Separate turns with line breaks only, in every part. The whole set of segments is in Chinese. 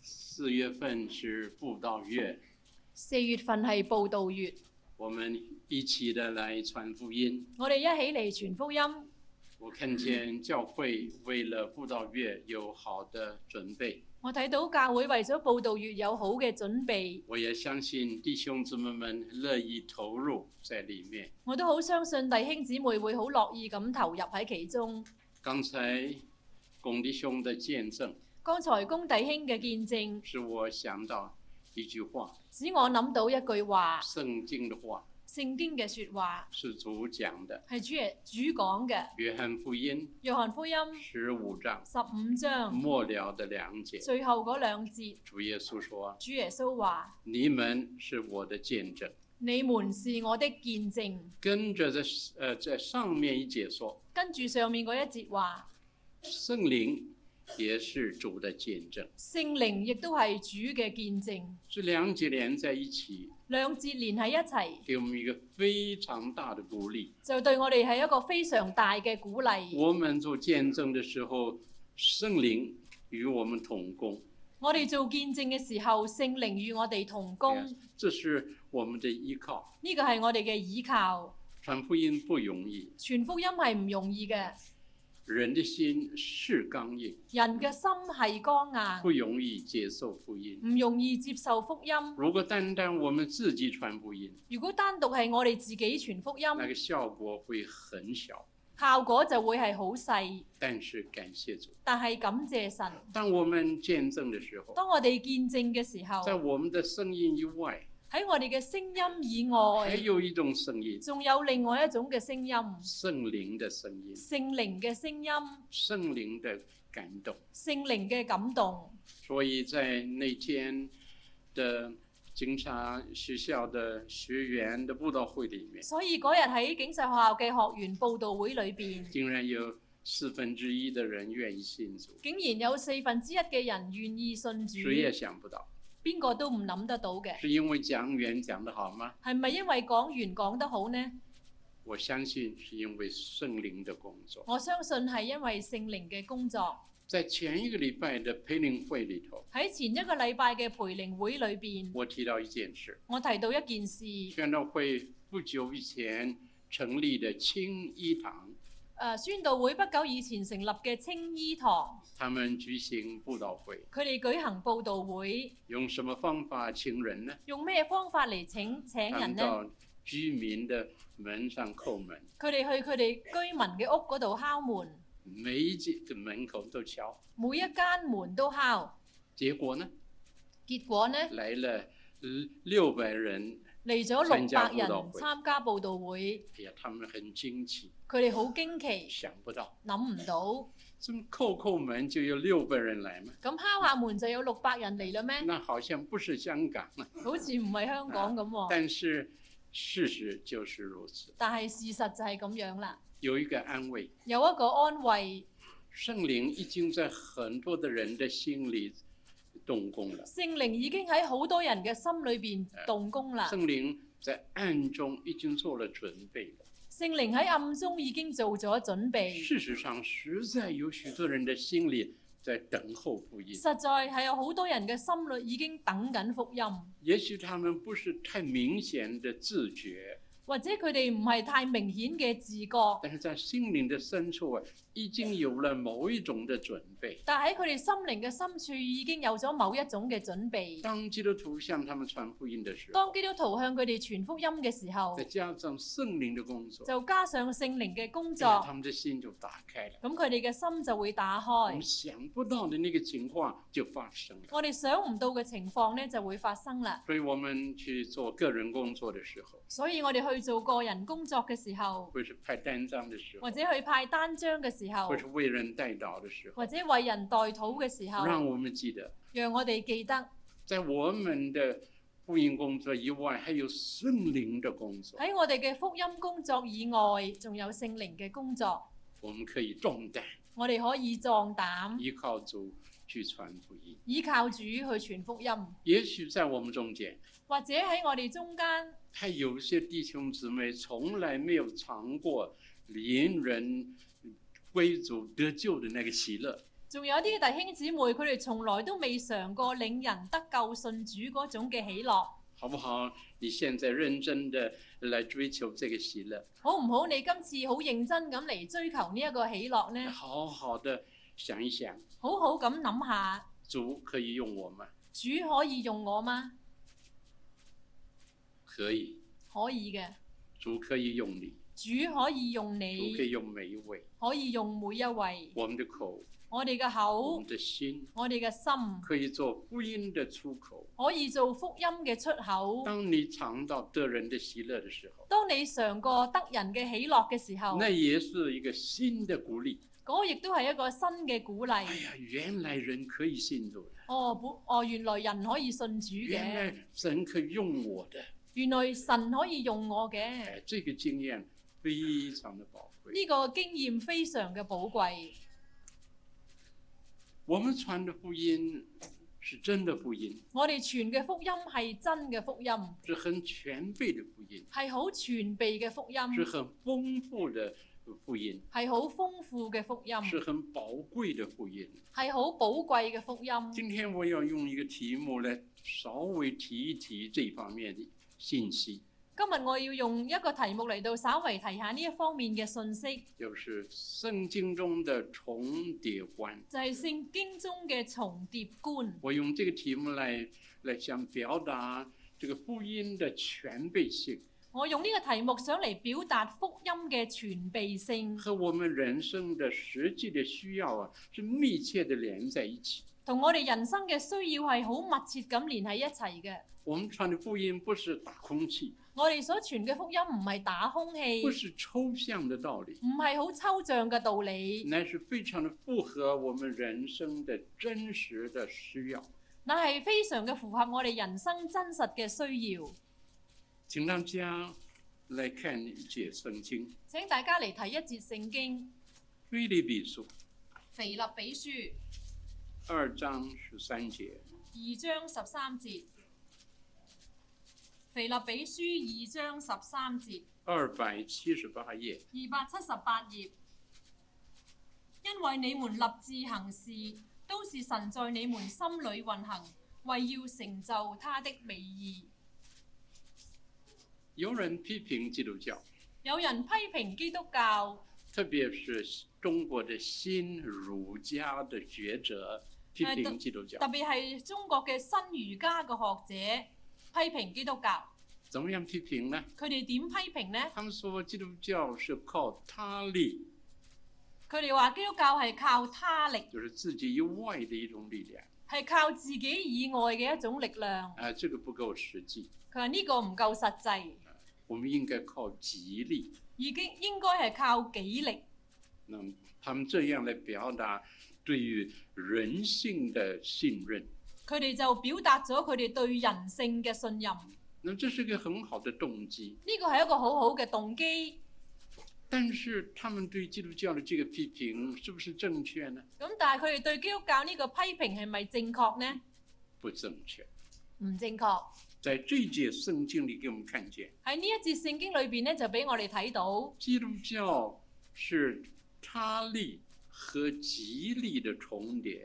四月份是布道月，
四月份係報道月，
我们一起的来传福音。
我哋一起嚟傳福音。
我看见教会为了布道月有好的准备，
我睇到教會為咗報道月有好嘅準備，
我也相信弟兄姊妹们乐意投入在里面。
我都好相信弟兄姊妹會好樂意咁投入喺其中。
刚才龚弟兄的见证
剛才公弟兄嘅見證
使我想到一句话，
使我諗到一句話：
圣经的话
聖經嘅説話
是主讲的，
係主耶主講嘅，《
《约翰福音
約翰福音》》
十五章
十五章
末了的两节，
最後嗰兩節，
主耶稣说
主耶穌話：：“
你们是我的见证。”
你們是我的見證。
跟着这呃，在上面一解说，
跟住上面嗰一節話，
圣灵也是主的见证，
聖靈亦都係主嘅見證。
这两节连在一起，
兩節連喺一齊，
给我们一个非常大的鼓励。
就對我哋係一個非常大嘅鼓勵。
我们做见证的时候，圣灵与我们同工，
我哋做見證嘅時候，聖靈與我哋同工，
Yes. 这是我们的依靠。
呢個係我哋嘅倚靠。
传福音不容易，
傳福音係唔容易嘅，
人的心是刚硬，
人嘅心係剛
不容易接受福音。
硬，唔容易接受福音。
如果单单我们自己传福音，
如果單獨係我哋自己傳福音，
那个效果会很小。
效果就會係好細。
但是感谢主。
但係感謝神，
当我们见证的时候，
當我哋見證嘅時候，
在我们的声音以外，
喺我哋嘅聲音以
还
外，
有一种声音，
仲有另外一種嘅聲音，
圣灵的声音，
聖靈嘅聲音，
圣灵的感动。
聖靈嘅感動。
所以在那天的警察学校的学员的布道会里面，
所以嗰日喺警察學校嘅學員報道會裏邊，
竟然有四分之一的人愿意信主，
竟然有四分之一嘅人願意信主，
谁也想不到，
邊個都唔諗得到嘅。
是因为讲员讲得好吗？
係咪因為講完講得好呢？
我相信是因为圣灵的工作。
我相信係因為聖靈嘅工作。
在前一个礼拜的培灵会里头，
喺前一個禮拜嘅培靈會裏邊，
我提到一件事。
我提到一件事，誒、
宣道会不久以前成立的青衣堂，
宣道會不久以前成立嘅青衣堂，
他们举行布道会，
佢哋舉行報道會，
用什么方法请人呢？
用咩方法嚟請請
他
人
们
呢？
到居民的门上叩门，
佢哋去佢哋居民嘅屋嗰度敲門，
每一间的门口都敲。
每一間門都敲。
结果呢，
結果呢，
来了六百人，
嚟咗
參
六
加
百
報
人
道會
參加報道會，
哎呀，他们很惊奇，
佢哋好驚奇，
想不到
諗唔到。
这么叩叩门就有六百人来嘛，
咁敲下門就有六百人嚟啦咩？
那好像不是香港啊，
好似唔係香港咁喎。
但是事实就是如此，
但係事實就係咁樣啦。
有一个安慰。
有一個安慰，
圣灵已经在很多的人的心里动工了。
聖靈已經喺好多人嘅心裏邊動工啦。
圣灵在暗中已经做了准备了。
聖靈喺暗中已經做咗準備。
事实上，实在有许多人的心里在等候福音。
實在係有好多人嘅心裏已經等緊福音，
也许他们不是太明显的自觉，
或者佢哋唔係太明顯嘅自覺，
但是在心灵的深处啊，已经有了某一种的准备。
但喺佢哋心靈嘅深處已經有咗某一種嘅準備。
当基督徒向他们传福音的时候，
當基督徒向佢哋傳福音嘅時候
再，加上圣灵的工作，
就加上聖靈嘅工
哎呀
作
他，们的心就打开了。
咁佢哋嘅心就會打
我们
開。
想不到的那个情况就发生了。
我哋想唔到嘅情況呢，就會發生啦。
所以我们去做个人工作的时候，
所以我哋去做個人工作嘅時候，
或是派单张的时
或
候，
者去派單張嘅時候
或，是为人代祷的时
或者為人代禱嘅時
候，让
候，
我们记得，
讓我哋記得
在我们的福音工作以外，还有圣灵的工作，
喺我哋嘅福音工作以外，仲有聖靈嘅工作，
我们可以壮胆
我哋可以壯膽，
依靠主去传福音。
依靠主去傳福音，
也许在我们中间，
或者喺我哋中間
还有些弟兄姊妹从来没有尝过邻人归主得救的那个喜乐，
仲有啲弟兄姊妹，佢哋從來都未嘗過領人得救信主嗰種嘅喜樂，
好不好？你现在认真的来追求这个喜乐，
好唔好？你今次好認真咁嚟追求呢一個喜樂呢？
好好的想一想，
好好咁諗下，
主可以用我吗？
主可以用我嗎？
可以，
可以嘅，
主可以用你，
主可以用
主可以
你，
用每一位。
可以用每一位。
我们的口，
我哋嘅
我
口
们，的心，
我哋嘅心，
可以做福音的出口。
可以做福音嘅出口。
当你尝到得人的喜乐的时候，
當你嘗過得人嘅喜樂嘅時候，
那也是一个新的鼓励。
嗰個亦都係一個新嘅鼓
哎
勵。
呀，原来人可以信主的，
哦，本哦，原來人可以信主
原
嘅，
来神可以用我的，
原來神可以用我嘅。
哎，这个经验非常的宝贵。
呢個經驗非常嘅寶貴。
我们传的福音是真的福音，
我哋傳嘅福音係真嘅福音，
是很全备的福音，
係好全備嘅福
是
音，
很丰富的福音，
係好豐富嘅福音，
是很宝贵的福音。
係好寶貴嘅福音。
今天我要用一个题目来稍微提一提这方面的信息，
今日我要用一個題目嚟到稍微提下呢一方面嘅信息，
就是圣经中的重叠观。
就係聖經中嘅重疊觀。
我用这个题目来来想表达这个福音的全备性
我用呢個題目想嚟表達福音嘅全備性，
和我们人生的实际的需要啊，是密切的连在一起。
同我哋人生嘅需要係好密切咁連喺一齊嘅。
我们传的福音不是打空气，
我哋所傳嘅福音唔係打空氣，
不
唔
是抽象的道理，
係好抽象嘅道理，
乃是非常的符合我们人生的真实的需要。
但係非常嘅符合我哋人生真實嘅需要。
请大家来看一节圣经《
請大家嚟睇一節聖經
菲利比书》
腓立比書
二章十三节。
二章十三節。腓立比書二章十三節。
二百七十八页，
二百七十八頁，因為你們立志行事，都是神在你們心裏運行，為要成就他的美意。
有人批评基督教，
有人批評基督教，
特别是中国的新儒家的学者批
哎
评
等
基督教
特，別係中國嘅新儒家嘅學者批評基督教，
怎么样批评呢？
佢哋點批評呢？
他们说基督教是靠他力，
佢哋話基督教係靠他力，
就是自己以外的一种力量
係靠自己以外嘅一種力量。
啊，这个不够实际。
佢話呢個唔夠實際，
我们應該靠己力。
已經應該係靠己力。
那么他们这样来表达对于人性的信任，
佢哋就表達咗佢哋對人性嘅信任。
那么这是个很好的动机。
呢個係一個好好嘅動機。
但是他们对基督教的这个批評是不是正确呢？
咁但係佢哋對基督教呢個批評係咪正確呢？
不正确。
唔正確。
在这一节圣经里给我们看见，
喺呢一節聖經裏邊呢，就俾我哋睇到
基督教是他力和己力的重疊。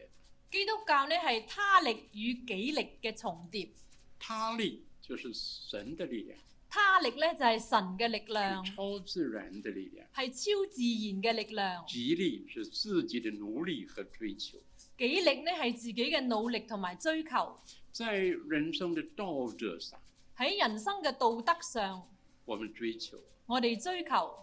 基督教呢係他力與己力嘅重疊。
他力就是神的力量，
他力呢就係神嘅力量，
是超自然的力量；
係超自然嘅力量。
己力是自己的努力和追求。
己力呢係自己嘅努力同埋追求。
在人生的道德上，
喺人生嘅道德上，
我们追求，
我哋追求，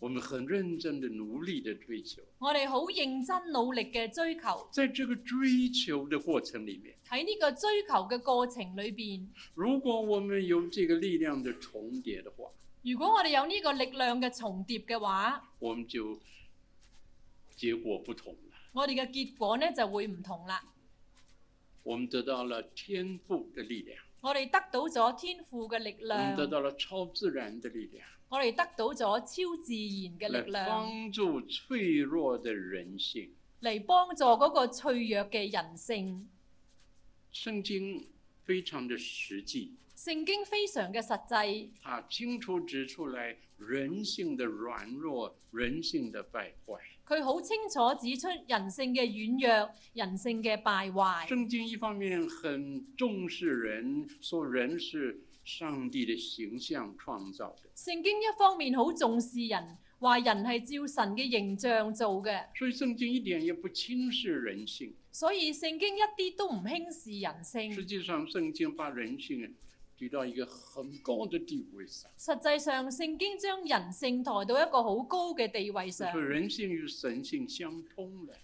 我们很认真的、努力的追求。
我哋好認真努力嘅追求。
在这个追求的过程里面，
喺呢個追求嘅過程裏邊，
如果我们有这个力量的重叠的话，
如果我哋有呢個力量嘅重疊嘅話，
我们就结果不同了。
我哋嘅結果呢就會唔同啦。
我们得到了天赋的力量，
我哋得到咗天賦嘅力
我
量
们，嗯得到了超自然的力量，
我哋得到咗超自然嘅
来
力量，
帮助脆弱的人性。
嚟幫助嗰個脆弱嘅人性。
圣经非常的实际，
聖經非常嘅實際，
啊它清楚指出来人性的软弱、人性的败坏。
佢好清楚指出人性嘅軟弱、人性嘅敗壞。
圣经一方面很重视人，说人是上帝的形象创造的，
聖經一方面好重視人，話人係照神嘅形象做嘅，
所以圣经一点也不轻视人性。
所以聖經一啲都唔輕視人
实
性。
际上，圣经把人性举到一个很高的地位上，
實際上，聖經將人性抬到一個好高嘅地位上，
就是人性与神性相通的。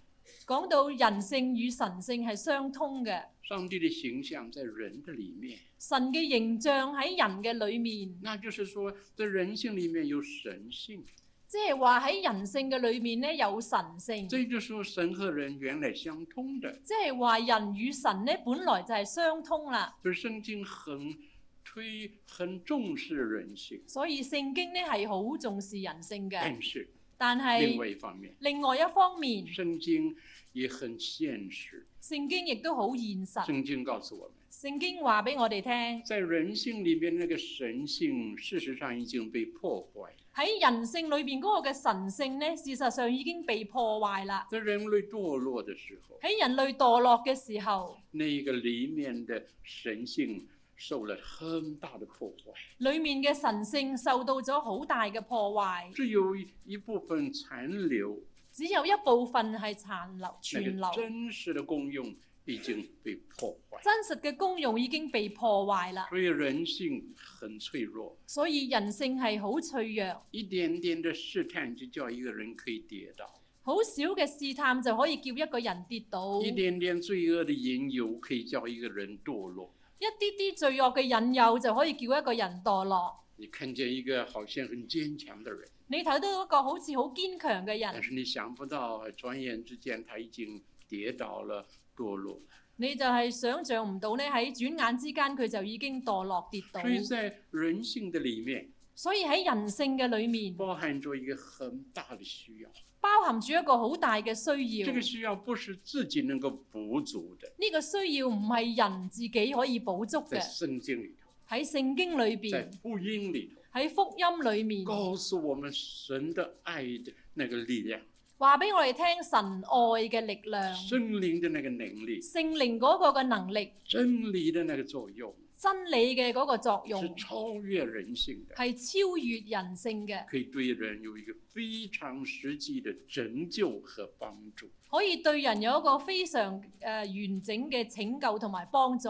講到人性與神性係相通嘅。
上帝的形象在人的里面，
神嘅形象喺人嘅裏面，
那就是说，在人性里面有神性，
即係話喺人性嘅裏面咧有神性，
这就是说神和人原来相通的。
即係話人與神咧本來就係相通啦。
所以圣经很推很重视人性，
所以聖經咧係好重視人性嘅，
但是
但
嗯另
係
外一方面，
另外一方面，
圣经也很现实。
聖經亦都好現實。
圣经告诉我们，
聖經話俾我哋聽，
在人性里面那个神性，事实上已經被破坏了。
喺人性裏邊嗰個嘅神性咧，事實上已經被破壞啦。
在人类堕落的时候，
喺人類墮落嘅時候，
那一个里面的神性受了很大的破坏，
裡面嘅神性受到咗好大嘅破壞，
只有一部分残留，
只有一部分係殘留、
那
存
个
留。
真实的功用已经被破坏，
真實嘅功用已經被破壞啦，
所以人性很脆弱。
所以人性係好脆弱，
一点点的试探就叫一个人可以跌倒，
好少嘅試探就可以叫一個人跌倒，
一
一啲
点点罪恶的引诱可以叫一个人堕落。
啲罪惡嘅引誘就可以叫一個人墮落。
你看见一个好像很坚强的人，
你睇到一個好似好堅強嘅
但
人，
是你想不到，哎转眼之间他已经跌倒了、堕落了。
你就係想像唔到呢喺轉眼之間佢就已經墮落跌倒
所。以在人性的里面，
所以喺人性嘅裏面，
包含着一个很大的需要。
包含住一個好大嘅需要
这。个需要不是自己能够补足的，
呢個需要唔係人自己可以補足
在
嘅，
圣经里头，
喺聖經
在
裏邊，
福音里头，
喺福音裏面。
告诉我们神的爱的那个力量，
話俾我哋聽神愛嘅力量、
圣灵的那个能力。
聖靈嗰個嘅能力、
真理的那个作用
真理嘅嗰個作用，
是超越人性的，
係超越人性嘅，
可以对人有一个非常实际的拯救和帮助。
可以對人有一個非常誒、呃完整嘅拯救同埋幫助。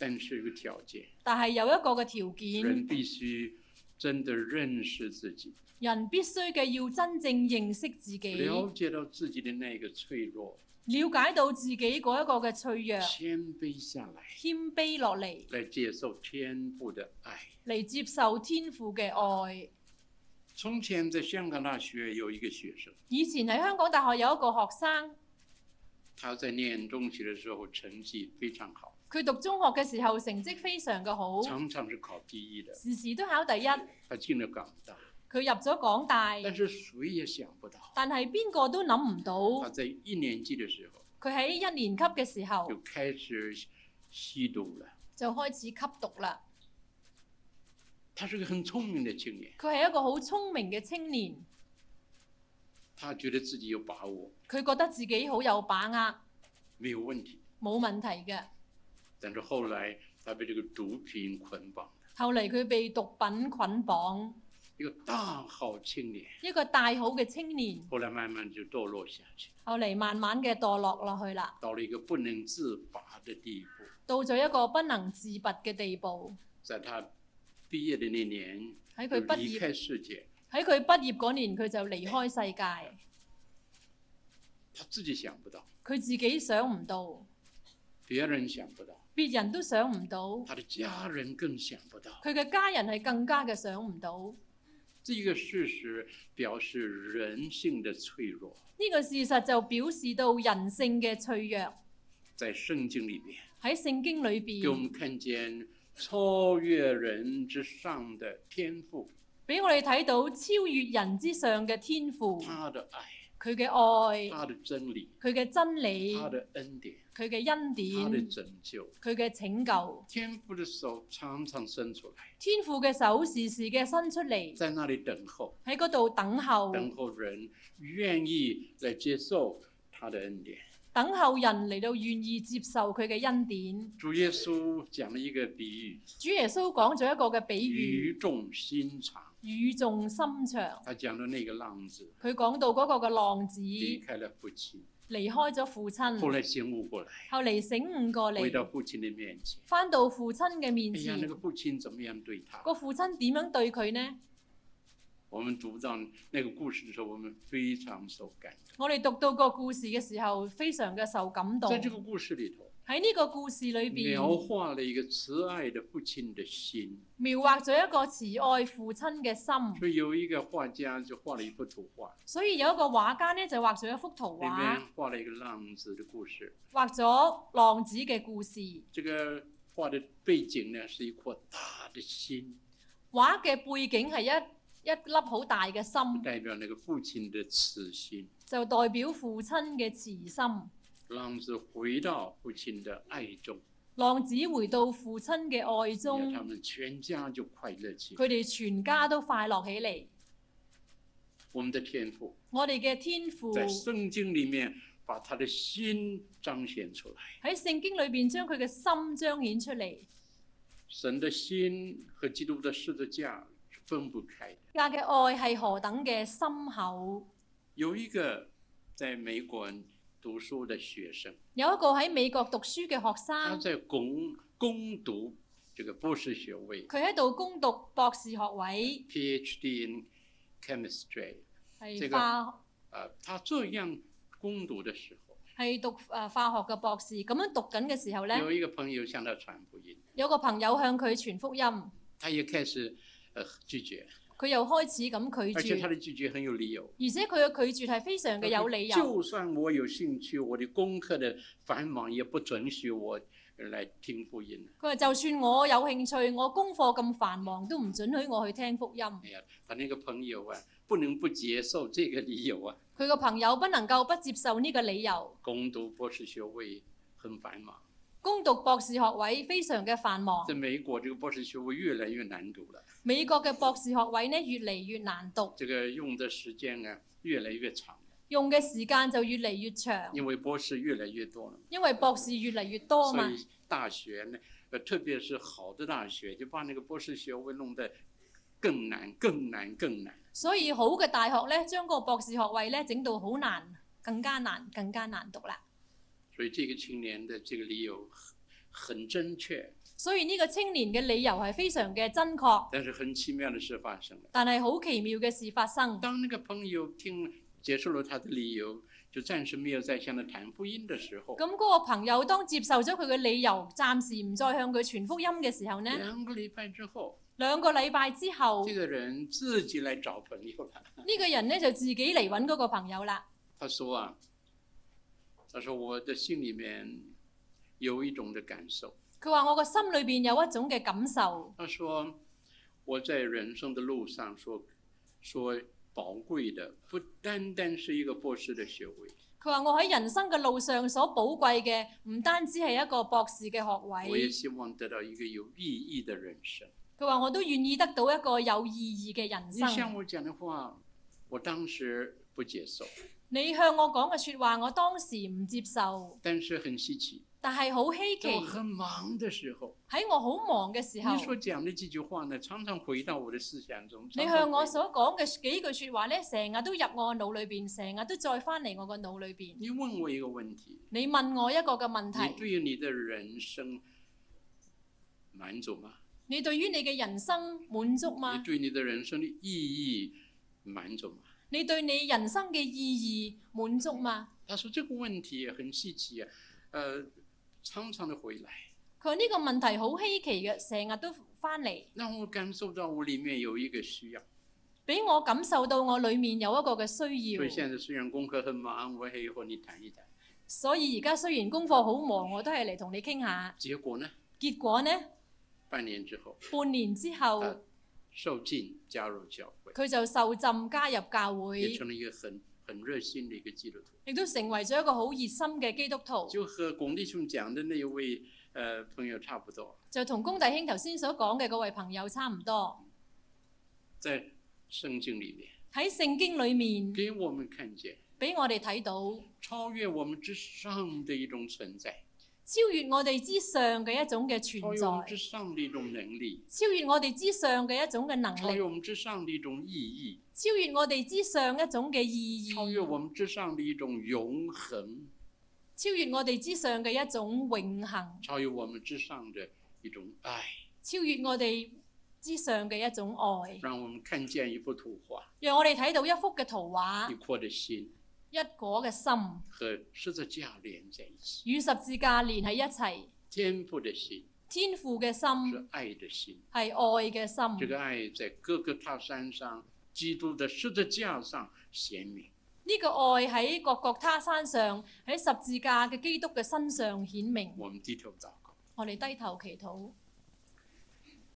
但是有个条件，
但係有一個嘅條
人
件，
必须真的认识自己，
人必須嘅要真正認識自己，
了
了
解到自己的那个脆弱，
解到自己嗰一個嘅脆弱，
谦卑下来，
謙卑落嚟
来接受天父的爱。
嚟接受天父嘅愛。
从前在香港大学有一个学生，
以前喺香港大學有一個學生，
他在念中学的时候成绩非常好，
佢讀中學嘅時候成績非常嘅好。
常常是考第一的。
時時都考第一，佢
他进了港大，
入咗港大，
但是谁也想不到。
但係邊個都諗唔到，
他在一年级的时候
佢喺一年級嘅時候
就开始吸毒了。
就開始吸毒啦。
他是个很聪明的青年，
佢係一個好聰明嘅青年，
他觉得自己有把握，
佢覺得自己好有把握，
没有问题。
冇問題嘅。
但是后来他被这个毒品捆绑了。
後嚟佢被毒品捆綁，
一个大好青年，
一個大好嘅青年，
后来慢慢就堕落下去，
後嚟慢慢嘅墮落落去啦，
到了一个不能自拔的地步。
到咗一個不能自拔嘅地步。
在他毕业的那年，
喺
就
佢畢
离
業
开世界。
喺佢畢業嗰年，佢就離開世界，
他自己想不到，
佢自己想唔到，
别人想不到，
別人都想唔到。
他的家人更想不到。
佢嘅家人係更加嘅想唔到。呢、
这个事实表示人性的脆弱。
個事實就表示到人性嘅脆弱
在圣经里面，
喺聖經裏
给我们
邊，
看见超越人之上的天赋，
俾我哋睇到超越人之上嘅天賦，
他的爱，
佢嘅愛、
他的真理、
佢嘅真理、
他的恩典、
佢嘅恩典、
他的拯救。
佢嘅拯救。
天父的手常常伸出来，
天父嘅手時時嘅伸出嚟，
在那里等候，
喺嗰度等候，
等候人愿意来接受他的恩典。
等候人嚟到願意接受佢嘅恩典。
主耶穌讲了一个比喻，
主耶穌講咗一個嘅比喻，
语重心长。
語重心長。
他講到那個浪子
佢講到嗰個嘅浪子
離
離
開了父親，
開咗父
後
親，
來醒悟過來，
後嚟醒悟過
回到
嚟，
父親的面前。
翻到父親嘅面
哎呀，那
前
個，父親怎麼樣對他？
個父親點樣對佢呢？
我們讀到那個故事的時候，我們非常受感
我哋讀到個故事嘅時候，非常嘅受感動
動。。在這個故事裏頭，
喺呢個故事裏邊，
描畫了一個慈愛的父親的心。
描畫咗一個慈愛父親嘅心。
所以有一個畫家就畫了一幅圖畫，
所以有一個畫家呢，就畫咗一幅圖
裏
畫，
面畫了一個浪子的故事。
畫咗浪子嘅故事。
這個畫的背景呢，是一顆大的心，
畫嘅背景係一一粒好大嘅心，
代表那個父親的慈心。
就代表父親嘅慈心。
浪子回到父親的愛中，
浪子回到父親嘅愛
让
中，
他们全家就快樂起來。
佢哋全家都快樂起嚟。
我們的天父
我哋嘅天父
在
喺
聖經裡面把他的心彰顯出來，
聖經裏邊將佢嘅心彰顯出嚟。
神的心和基督的十字架是分不開的。
家嘅愛係何等嘅深厚。
有一個在美國讀書的學生，
有一個喺美國讀書嘅學
他
生，
在攻攻讀這個博士學位
佢喺度攻讀博士學位，
（Ph.D. in Chemistry）。
係
這個
化
呃，他這樣攻讀的時候，
係讀誒呃化學嘅博士。咁樣讀緊嘅時候呢，
有一個朋友向他傳福音。
有個朋友向佢傳福音，
他也開始呃拒絕，
佢又開始咁
而且
拒絕，
他的拒絕很有理由。
而且佢嘅拒絕係非常嘅有理由。
就算我有興趣，我的功課的繁忙也不准許我來聽福音。
佢話：就算我有興趣，我功課咁繁忙，都唔准許我去聽福音。
哎呀，他那個朋友啊，不能不接受這個理由啊。
佢個朋友不能夠不接受呢個理由。
攻讀博士學位很繁忙，
攻讀博士學位非常嘅繁忙
在，美國這個博士學位越來越難讀了，
美國嘅博士學位呢越嚟越難讀，
這個用的時間啊越來越長，
用嘅時間就越嚟越長，
因為博士越來越多了，
因為博士越嚟越多
所
嘛。
以大學呢，呃，特別是好的大學，就把那個博士學位弄得更難、更難、更難。
所以好嘅大學呢，將個博士學位呢整到好難，更加難，更加難讀啦。
所以这个青年的这个理由很很正確，
所以呢個青年嘅理由係非常嘅真確，
但是很奇妙的事發生了。
但係好奇妙嘅事發生。
當那個朋友聽接受了他的理由，就暫時沒有再向他談福音的時候，
咁嗰個朋友當接受咗佢嘅理由，暫時唔再向佢傳福音嘅時候呢，
兩個禮拜之後，
兩個禮拜之後，
這
呢、
個人自己來找朋友了。
個人呢就自己嚟揾嗰個朋友啦。
他說啊，他說我的心裡面有一種的感受，
佢話：我個心裏邊有一種嘅感受，
他說我在人生的路上所所寶貴的，不單單是一個博士的學位。
佢話我喺人生嘅路上所寶貴嘅，唔單止係一個博士嘅學
我也
位，
希望得到一個有意義的人生。
佢話我都願意得到一個有意義嘅人
你向
生。
我講的話，我當時不接受，
你向我講嘅説話，我當時唔接受，
但是很稀奇，
但係好稀奇
在我很忙的時候，
喺我好忙嘅時
你
候，
所講的幾句話呢，常常回到我的思想中。
你
常常
向我
回
所講嘅幾句説話咧，成日都入我腦裏邊，成日都再翻嚟我個腦裏邊。
你問我一個問題，
你問我一個嘅問
你
題，
對於你的人生滿足嗎？
你對於你嘅人生滿足
你
嗎？
對你的人生的意義滿足嗎？
你對你人生嘅意義滿足嗎？
他說這個問題也很稀奇啊，呃，常常的回來。
佢話呢個問題好稀奇嘅，成日都翻嚟，
讓我感受到我裡面有一個需要。
俾我感受到我裡面有一個嘅需
所以
要。
現在雖然功課很忙，我也要和你談一談。
所以而家雖然功課好忙，我都係嚟同你傾下。
結果呢，
結果呢，
半年之後，
半年之後，
啊他受浸加入教會，
佢就受浸加入教
也
會，
成了一個很很热心的一个基督徒。
亦都成為咗一個好熱心嘅基督徒，
就和龚弟兄讲的那一位呃朋友差不多，
就同公弟兄頭先所講嘅嗰位朋友差唔多。
在圣经里面
喺聖經裏面
给我们看见
俾我哋睇到
超越我们之上的一种存在，
超越我哋之上嘅一種嘅
超
存
越我们之，
在
上的一种能力，
超越我哋之上嘅一種嘅能
超
力
越，我们之上的一种意义，
超越我哋之上一種嘅意
超越
義，
我们之上的一种永恒，
超越我哋之上嘅一種永恆，
超越我们之上的一种爱，
超越我哋之上嘅一種愛，
让我们看见一幅图画，
讓我哋睇到一幅嘅圖畫
一，颗的心
一果嘅心
和十字架连在一起，
與十字架連喺一齊，
天父的心
天父嘅心
是爱的心。
係愛
这
嘅心。
个爱在各个塔山上，基督的十字架上显明。
呢個愛喺各各他山上，喺十字架嘅基督嘅身上顯明。
我们低头祷告，
我哋低頭祈禱，